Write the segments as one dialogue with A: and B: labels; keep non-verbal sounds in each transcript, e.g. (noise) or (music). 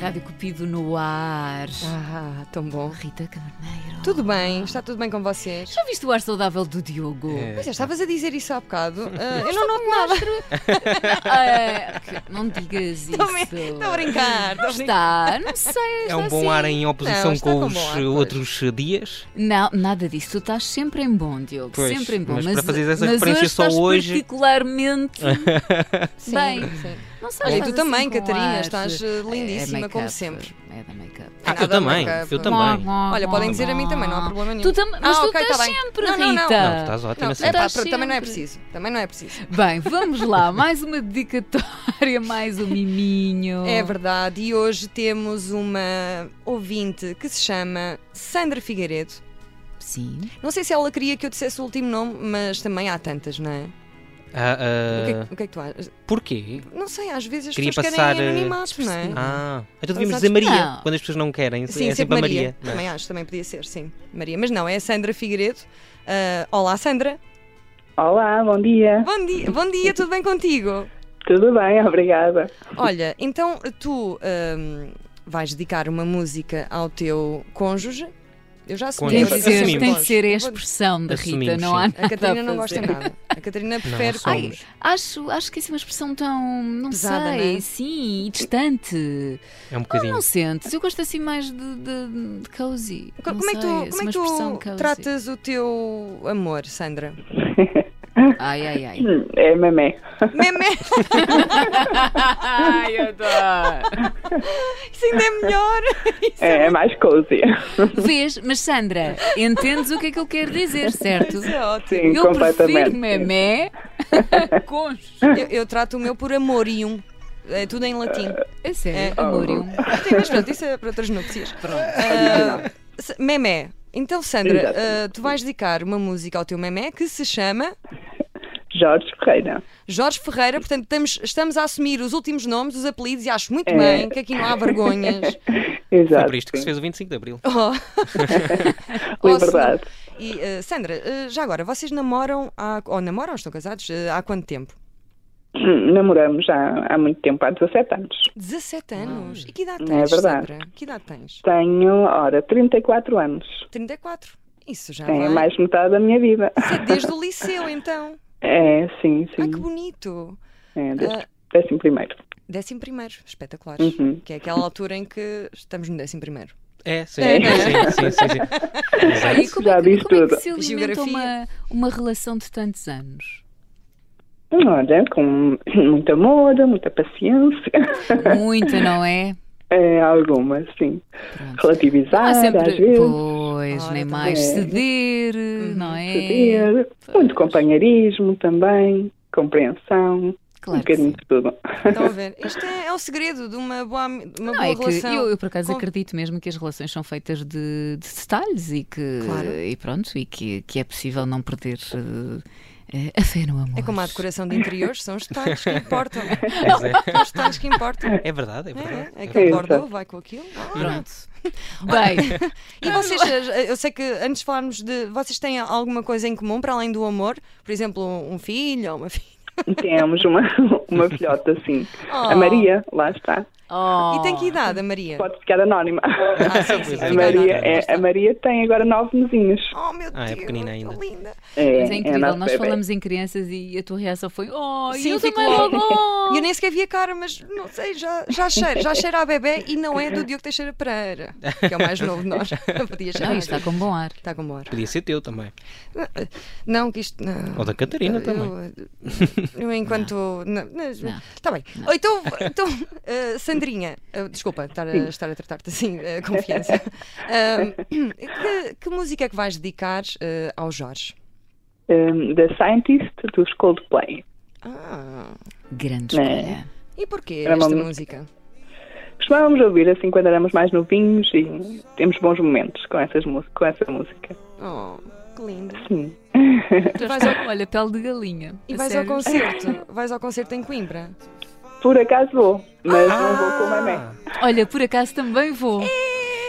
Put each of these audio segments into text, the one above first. A: Rádio Cupido no ar.
B: Ah, tão bom.
A: Rita Camarneiro.
B: Tudo bem, está tudo bem com vocês?
A: Já viste o ar saudável do Diogo?
C: É.
B: Pois é, estavas a dizer isso há bocado.
A: (laughs)
B: Ah, eu não noto nada. (laughs)
A: Ah, que- não digas isso.
B: Estou a brincar. Estou a brincar.
A: Está, não sei.
C: É um
A: está
C: bom
A: assim.
C: ar em oposição
B: Não, está
C: com
B: com
C: os
B: bom ar,
C: eh,
B: pois.
C: outros eh, dias.
A: Não, nada disso. Tu estás sempre em bom, Diogo.
C: Pois,
A: sempre em bom.
C: mas para fazeres essa
A: mas
C: referência
A: hoje
C: só
A: estás
C: hoje- É.
A: particularmente.
B: Sim,
A: Bem.
B: sim.
A: Não sei,
B: Olha, e
A: estás
B: tu
A: assim
B: também,
A: com
B: Catarina,
A: ar. É,
B: estás eh, lindíssima,
A: make-up,
B: como sempre.
A: É da make-up.
C: Ah,
B: nada
C: eu também,
B: make-up.
C: eu também. Não,
A: Olha,
B: Olha, podem dizer a mim também, não há problema nenhum.
A: Oh, Tu tam- mas
B: Ah,
A: tu
B: ok,
A: estás
B: tá bem.
A: sempre,
B: Não, não, não.
A: Rita.
C: tu estás assim.
B: Não,
C: ótima
B: é
C: tá sempre.
B: pá,
A: sempre.
B: pronto, também não é preciso. Também não é preciso.
A: Bem, vamos lá. Mais uma dedicatória, mais um miminho.
B: É verdade, e hoje temos uma ouvinte que se chama Sandra Figueiredo.
A: Sim.
B: Não sei se ela queria que eu dissesse o último nome, mas também há tantas, não é? O,
C: Ah,
B: que é
C: ah,
B: que, o que é que tu achas?
C: porquê?
B: Não sei, às vezes as
C: Queria
B: pessoas
C: passar,
B: querem
C: eh,
B: anonimato, não é?
C: Ah, então
B: Mas
C: devíamos dizer
B: acho-
C: Maria,
A: Não.
C: quando as pessoas não querem.
B: Sim,
C: é sempre a Maria. não é?
B: Também acho, também podia ser, sim. Maria, mas não, é a Sandra Figueiredo. Ah, olá, Sandra.
D: Olá, bom dia.
B: Bom dia, bom dia, tudo bem contigo?
D: Tudo bem, obrigada.
B: Olha, então tu ahm, vais dedicar uma música ao teu cônjuge. Eu já assumi.
C: Cônjuge.
A: Tem
B: eu
A: que
B: já
A: ser,
B: assumi
A: tem
C: Assumimos.
A: que ser a
B: Vou-
A: expressão da Rita,
C: Assumimos,
A: não há
C: sim.
A: nada
B: A
C: (laughs)
B: Catarina não
A: a
B: gosta
A: fazer.
B: nada. A Catarina prefere.
C: somos. Ai,
A: Acho, acho que essa é uma expressão tão, não
B: Pesada,
A: sei,
B: né?
A: sim, e distante.
C: É um
A: Não,
C: bocadinho.
A: não sentes? Eu gosto assim mais de, de, de cozy.
B: Co-
A: Não
B: como é que
A: sei, assim
B: tu,
A: uma
B: como é que
A: expressão
B: tu
A: cozy.
B: tratas o teu amor, Sandra?
A: Ai, ai,
C: (laughs)
A: ai.
D: Hum, É memé.
B: Memé,
A: ai, eu adoro.
B: (laughs) isso ainda é melhor.
D: É, é mais cozy.
A: Vês, mas Sandra, entendes o que é que eu quero dizer, certo?
B: Isso é ótimo.
D: Sim,
A: eu prefiro
C: (laughs)
D: completamente.
A: memé a concho.
B: Eu, eu trato o meu por amorium. É tudo em latim.
A: É sério,
B: É.
D: ah,
A: amorium.
B: Sim, mas pronto, isso é para outras núpcias. Ah, se- memé. Então, Sandra, ah, tu vais dedicar uma música ao teu memé que se chama
D: Jorge Ferreira.
B: Jorge Ferreira. Portanto, estamos, estamos a assumir os últimos nomes, os apelidos, e acho muito
D: É.
B: bem que aqui não há vergonhas. (laughs)
D: Exato.
C: Foi por isto que se fez o 25 de Abril.
B: Oh.
D: Liberdade.
B: Oh, senhor. e, ah, Sandra, ah, já agora, vocês namoram, há, ou namoram, estão casados, ah, há quanto tempo?
D: Hum, Namoramos há, há muito tempo, há 17 anos.
B: 17 anos. E que idade
D: É
B: tens,
D: verdade.
B: Sandra? Que idade tens?
D: Tenho, ora, 34 anos.
B: 34. Isso
C: Tá
B: já
D: É
B: vai.
D: mais metade da minha vida.
B: Isso é desde o liceu, então.
D: É, sim,
B: Ah,
D: sim.
B: que bonito.
D: É,
B: Ah,
D: desde décimo primeiro.
B: décimo primeiro, espetacular.
D: Uhum.
B: Que é aquela altura em que estamos no décimo primeiro.
C: É, sim,
B: É,
C: sim,
B: (laughs)
C: sim, sim, sim.
A: Olha, e como
D: Já
A: é, que-
D: diz
A: como é que
D: tudo.
A: se alimenta
B: Geografia.
A: uma, uma relação de tantos anos?
D: Olha, com muito amor, muita paciência. (laughs)
A: Muita, não é?
D: É, algumas, sim.
C: Ah,
A: Pronto.
D: Relativizar,
A: Há
D: às vezes.
A: sempre, pois,
B: Ora,
A: nem
B: também. é. Uhum.
A: mais ceder, não é?
D: Poder, muito um companheirismo também, compreensão, um
A: Claro que
D: bocadinho
A: sim.
D: de tudo. (laughs)
B: Estão a ver? Isto é, é o segredo de uma boa, ami- de uma
A: Não,
B: boa
A: é que
B: relação.
A: eu, eu, por acaso
B: com-
A: acredito mesmo que as relações são feitas de, de detalhes e que
B: Claro.
A: e pronto e que, que é possível não perder eh, a fé no amor.
B: É como a decoração de interiores, são os detalhes que importam.
C: (laughs) Pois é.
B: São os detalhes que importam.
C: É verdade, é verdade. Hum.
B: É, é aquele
D: Exato.
B: bordô, vai com aquilo.
A: Pronto. (laughs) Bem,
B: E vocês, eh, eu sei que antes de falarmos de. Vocês têm alguma coisa em comum para além do amor? Por exemplo, um filho ou uma filha?
D: Temos uma, uma filhota, assim, a
B: Oh.
D: Maria, lá está.
A: oh,
B: (laughs) E tem que idade, a Maria?
D: Pode ficar anónima.
B: Ah,
D: (laughs)
B: sim, sim,
C: Pois é.
D: A
B: fica
D: Maria,
B: anónima,
D: é-
B: lá
D: a
B: está.
D: Maria tem agora nove mesinhos.
B: Oh meu
C: Ah, é
B: Deus,
C: pequenina
B: tão
C: ainda.
B: linda.
A: mas é incrível,
D: nosso
A: nós
D: bebê.
A: falamos em crianças e a tua reação foi Oh, e
B: Sim,
A: eu
B: fico
A: também
B: logo.
A: logo oh.
B: (laughs) E eu nem sequer vi a cara, mas não sei, já, já cheira, já cheira a bebê e não é do Diogo Teixeira Pereira, que é o mais novo
A: (laughs)
B: de nós. Podia
A: Não,
B: cheirar.
A: isto está com bom ar.
B: Está com bora.
C: Podia ser teu também.
B: Não, que isto. Não.
C: Ou da Catarina também.
B: Eu, eu enquanto. Não,
A: Não.
B: Está bem. Ou Então, então eh, Sandrinha, eh, desculpa estar a, estar a tratar-te assim, eh,
D: (laughs)
B: confiança. Ahm, que, que música é que vais dedicar eh, ao Jorge?
D: Um, The Scientist dos Coldplay.
B: Ah,
A: Grande
D: Não é?
A: escolha.
B: e porquê
D: Era uma
B: esta
D: música-
B: música?
D: Costumávamos ouvir assim quando éramos mais novinhos e temos bons momentos com, essas, mu- com essa música. Hum.
B: Oh, que lindo.
D: Sim.
A: Já está- Então, olha, pele de galinha.
B: E
A: a
B: vais
A: sério.
B: ao concerto? (laughs) Vais ao concerto em Coimbra?
D: (laughs) Por acaso vou, mas não vou com a mamãe.
C: Ah,
B: Ah,
A: Olha, por acaso também vou.
C: É.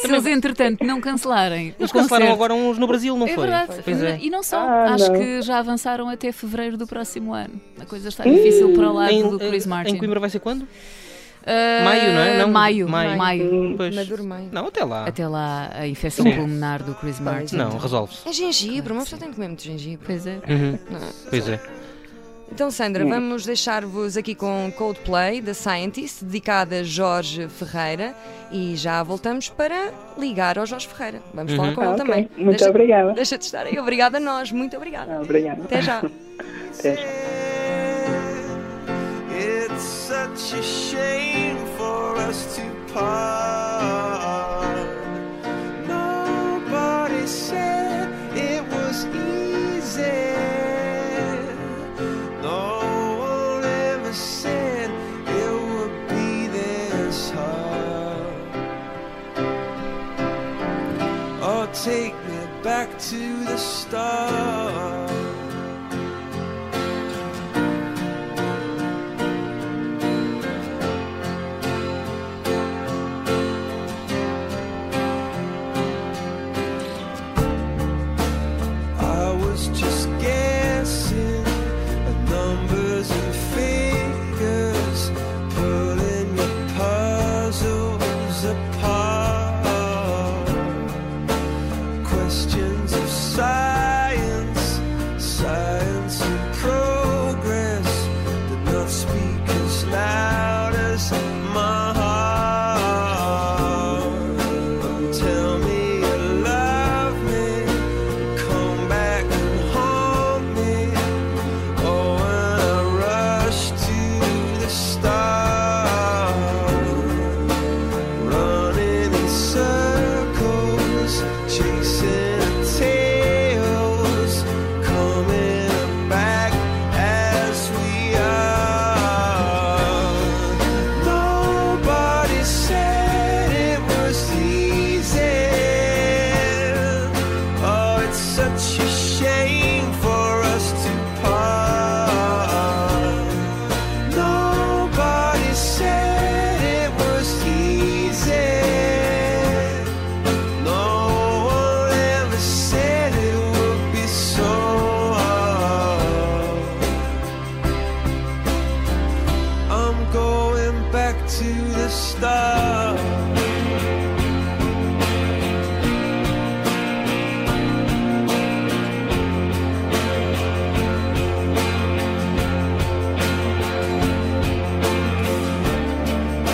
A: Se eles, entretanto, não cancelarem.
C: Eles
A: o
C: cancelaram
A: concerto.
C: agora uns no Brasil, não
A: É
C: foi?
A: verdade.
C: Pois é.
A: E não só.
D: Ah,
A: Acho
D: não.
A: que já avançaram até fevereiro do próximo ano. A coisa está difícil para o lado do Chris Martin.
C: em Coimbra vai ser quando?
A: Ah,
C: Maio, não é? Não,
A: maio,
C: maio.
A: maio.
C: Pois.
B: Maduro meio.
C: Não, até lá.
A: Até lá, a infecção
C: Sim.
A: pulmonar do Chris Martin.
C: Não, resolve-se.
B: É gengibre, uma pessoa tem que comer muito gengibre.
A: Pois é.
C: Uhum.
B: Não.
C: Pois é.
B: Então, Sandra,
D: Hum.
B: vamos deixar-vos aqui com Coldplay, da Scientist, dedicada a Jorge Ferreira. E já voltamos para ligar ao Jorge Ferreira. Vamos falar com
D: Ah,
B: ele
D: ok.
B: também.
D: Muito
B: deixa,
D: obrigada.
B: Deixa de estar aí. Obrigada a nós. Muito obrigada.
D: Ah, obrigada. É,
B: Até
D: (laughs)
B: já.
D: Até já.
E: It's such a shame for us to part. Nobody said it was easy. No one ever said it would be this hard. Oh, take me back to the start. I was just guessing at numbers and figures, pulling your puzzles apart. Questions of science, science and progress did not speak as loud as my heart. Tell me you love me. Come back and haunt me. Oh, when I rush to the start, running in circles, chasing tails, coming back as we are. Nobody said it was easy. Oh, it's such a shame for us to part. Nobody said it was easy. No one ever said it would be so hard. I'm going back to the start.
D: Ah.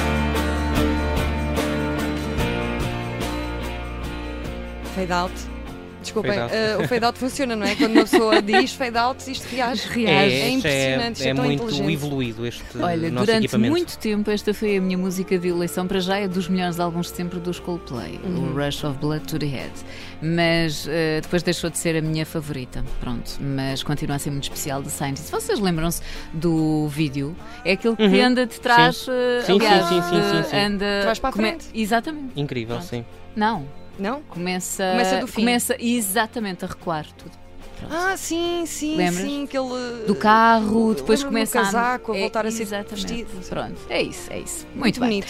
B: Fade out. Desculpem,
C: Fade out.
B: eh, o fade out funciona, não é? Quando uma (laughs) pessoa diz fade out, isto reage.
A: Reage.
B: É
C: isto
B: impressionante, isto
C: é,
B: é tão
C: muito
B: inteligente.
C: evoluído este
A: Olha,
C: nosso
A: durante
C: equipamento.
A: muito tempo esta foi a minha música de eleição para já é dos melhores álbuns de sempre dos Coldplay,
C: Uhum.
A: o Rush of Blood to the Head. Mas eh, depois deixou de ser a minha favorita, pronto. Mas continua a ser muito especial de Scientist. Vocês lembram-se do vídeo? É aquele que
C: Uhum.
A: anda de trás,
C: Sim.
A: eh,
C: Sim, sim,
A: aliás,
C: sim, sim, sim,
A: eh,
C: sim.
A: anda
B: Trás para a
A: come-
B: frente.
A: Exatamente.
C: Incrível,
A: Pronto.
C: sim.
A: Não,
B: Não?
A: começa
B: Começa do fim.
A: começa exatamente a recuar tudo.
B: Ah, sim, sim,
A: Lembras?
B: sim. Aquele.
A: Do carro,
B: Eu
A: depois
B: lembro-me do
A: começa
B: casaco, a
A: é,
B: voltar a ser
A: exatamente.
B: vestido.
A: Pronto, é isso, é isso. Muito, bem.
B: bonito.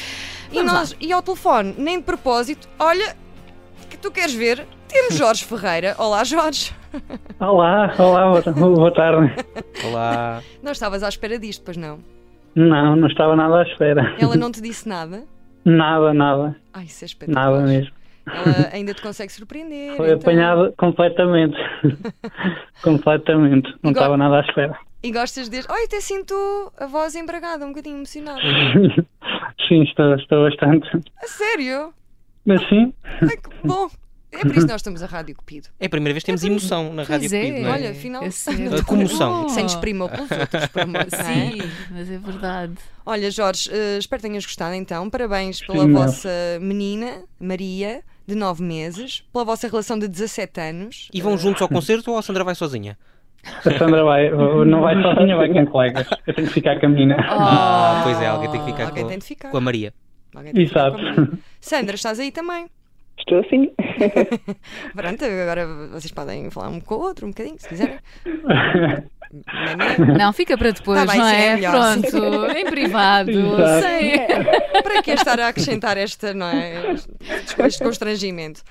B: E,
A: Vamos lá.
B: nós, e ao telefone, nem de propósito, olha, que tu queres ver? Temos Jorge Ferreira. Olá, Jorge.
F: Olá, olá, boa ta- boa tarde.
C: Olá.
B: Não estavas à espera disto, pois não?
F: Não, não estava nada à espera.
B: Ela não te disse nada?
F: Nada, nada,
B: Ai, isso é espetacular.
F: nada mesmo.
B: Ela ainda te consegue surpreender.
F: Foi
B: então.
F: apanhado
B: (laughs)
F: completamente. completamente. Não
B: Agora-
F: estava nada à espera. (laughs)
B: E gostas de. Olha, até sinto a voz embragada, um bocadinho emocionada.
F: Sim, estou, estou bastante.
B: A sério?
F: Mas sim,
B: Ai, que bom. É por isso que nós estamos a Rádio Cupido.
C: É a primeira vez que temos emoção na Rádio
A: Pois é,
C: Cupido, não é?
B: Olha, afinal-
A: é
C: A
A: certo.
C: comoção.
B: Sem desprimor pelos outros, por amor. não é?
A: Oh. Sim, mas é
B: (laughs)
A: verdade.
B: Olha, Jorge, eh, espero que tenhas gostado então. Parabéns pela
F: Sim, não.
B: vossa menina, Maria, de 9 meses, pela vossa relação de 17 anos.
C: E vão juntos ao concerto ou a Sandra vai sozinha?
F: a Sandra vai, não vai sozinha, vai
B: (laughs)
F: com colegas. Eu tenho que ficar com a menina.
B: Oh,
C: Ah, pois é, alguém tem que ficar,
B: Alguém
C: com,
B: tem de ficar.
C: com a Maria.
B: Alguém tem de ficar
F: Exato.
B: comigo. Sandra, estás aí também.
D: Estou assim. (laughs)
B: Pronto, agora vocês podem falar um com o outro, um bocadinho, se
F: (laughs)
B: quiserem.
A: Não, fica para depois,
B: Tá bem,
A: não
B: sim, é
A: é?
B: melhor.
A: Pronto, em privado,
F: Exato.
A: sem.
B: Para que estar a acrescentar esta, não é? Este constrangimento.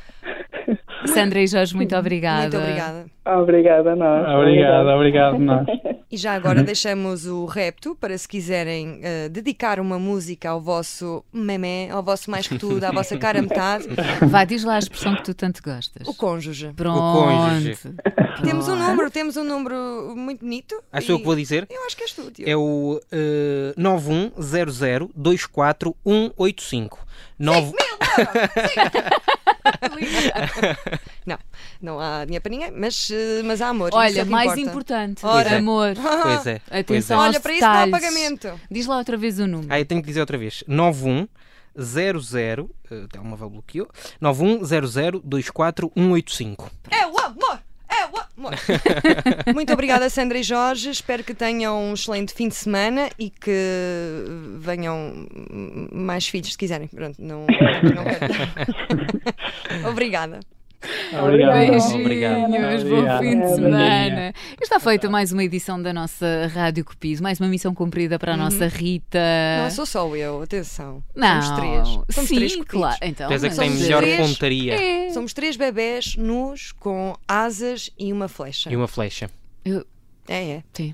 A: Sandra e Jorge, muito obrigada.
B: Muito obrigada.
D: Obrigada, nós.
F: Obrigado, obrigado, nós.
B: E já agora deixamos o repto para se quiserem eh, dedicar uma música ao vosso memé, ao vosso mais que tudo, à vossa cara metade,
A: Vai, diz lá a expressão que tu tanto gostas.
B: o cônjuge.
A: Pronto.
C: cônjuge.
B: Temos um número, temos um número muito bonito.
C: Acho eu
B: e
C: que vou dizer.
B: Eu acho que és tu, Diogo.
C: É o eh, 910024185. Nove-
A: (laughs)
B: é Não, não há dinheiro para ninguém, mas, eh, mas há amor. isso é
A: Olha,
B: o que
A: mais
B: importa.
A: importante.
C: Ora.
A: Amor.
C: Pois é. pois
A: Atenção
C: é.
A: aos
B: Olha, para isso não há
A: detalhes.
B: pagamento.
A: Diz lá outra vez o número.
C: Ah, eu tenho que dizer outra vez. 91 00 eh, Telmova bloqueou 91 00 24185.
B: É o amor! É o
A: (laughs)
B: amor! Muito obrigada, Sandra e Jorge. Espero que tenham um excelente fim de semana e que venham hum, mais filhos, se quiserem. Pronto, não, não
A: (laughs)
B: quero. (laughs) obrigada.
F: Obrigado.
A: Beijinhos,
C: Obrigado.
A: bom fim de
F: Obrigado.
A: semana. Está feita mais uma edição da nossa Rádio Copis, mais uma missão cumprida para a
B: Uhum.
A: nossa Rita.
B: Não sou só eu, atenção.
A: É. Não.
B: Somos três. Somos
A: Sim,
B: três copitos.
A: claro. Então,
C: Tens é que
A: mas-
C: tem
B: somos
C: melhor
B: três.
C: pontaria
A: É.
B: Somos três bebés nus com asas e uma flecha.
C: e uma flecha.
A: Eu-
B: É, é.
A: Sim.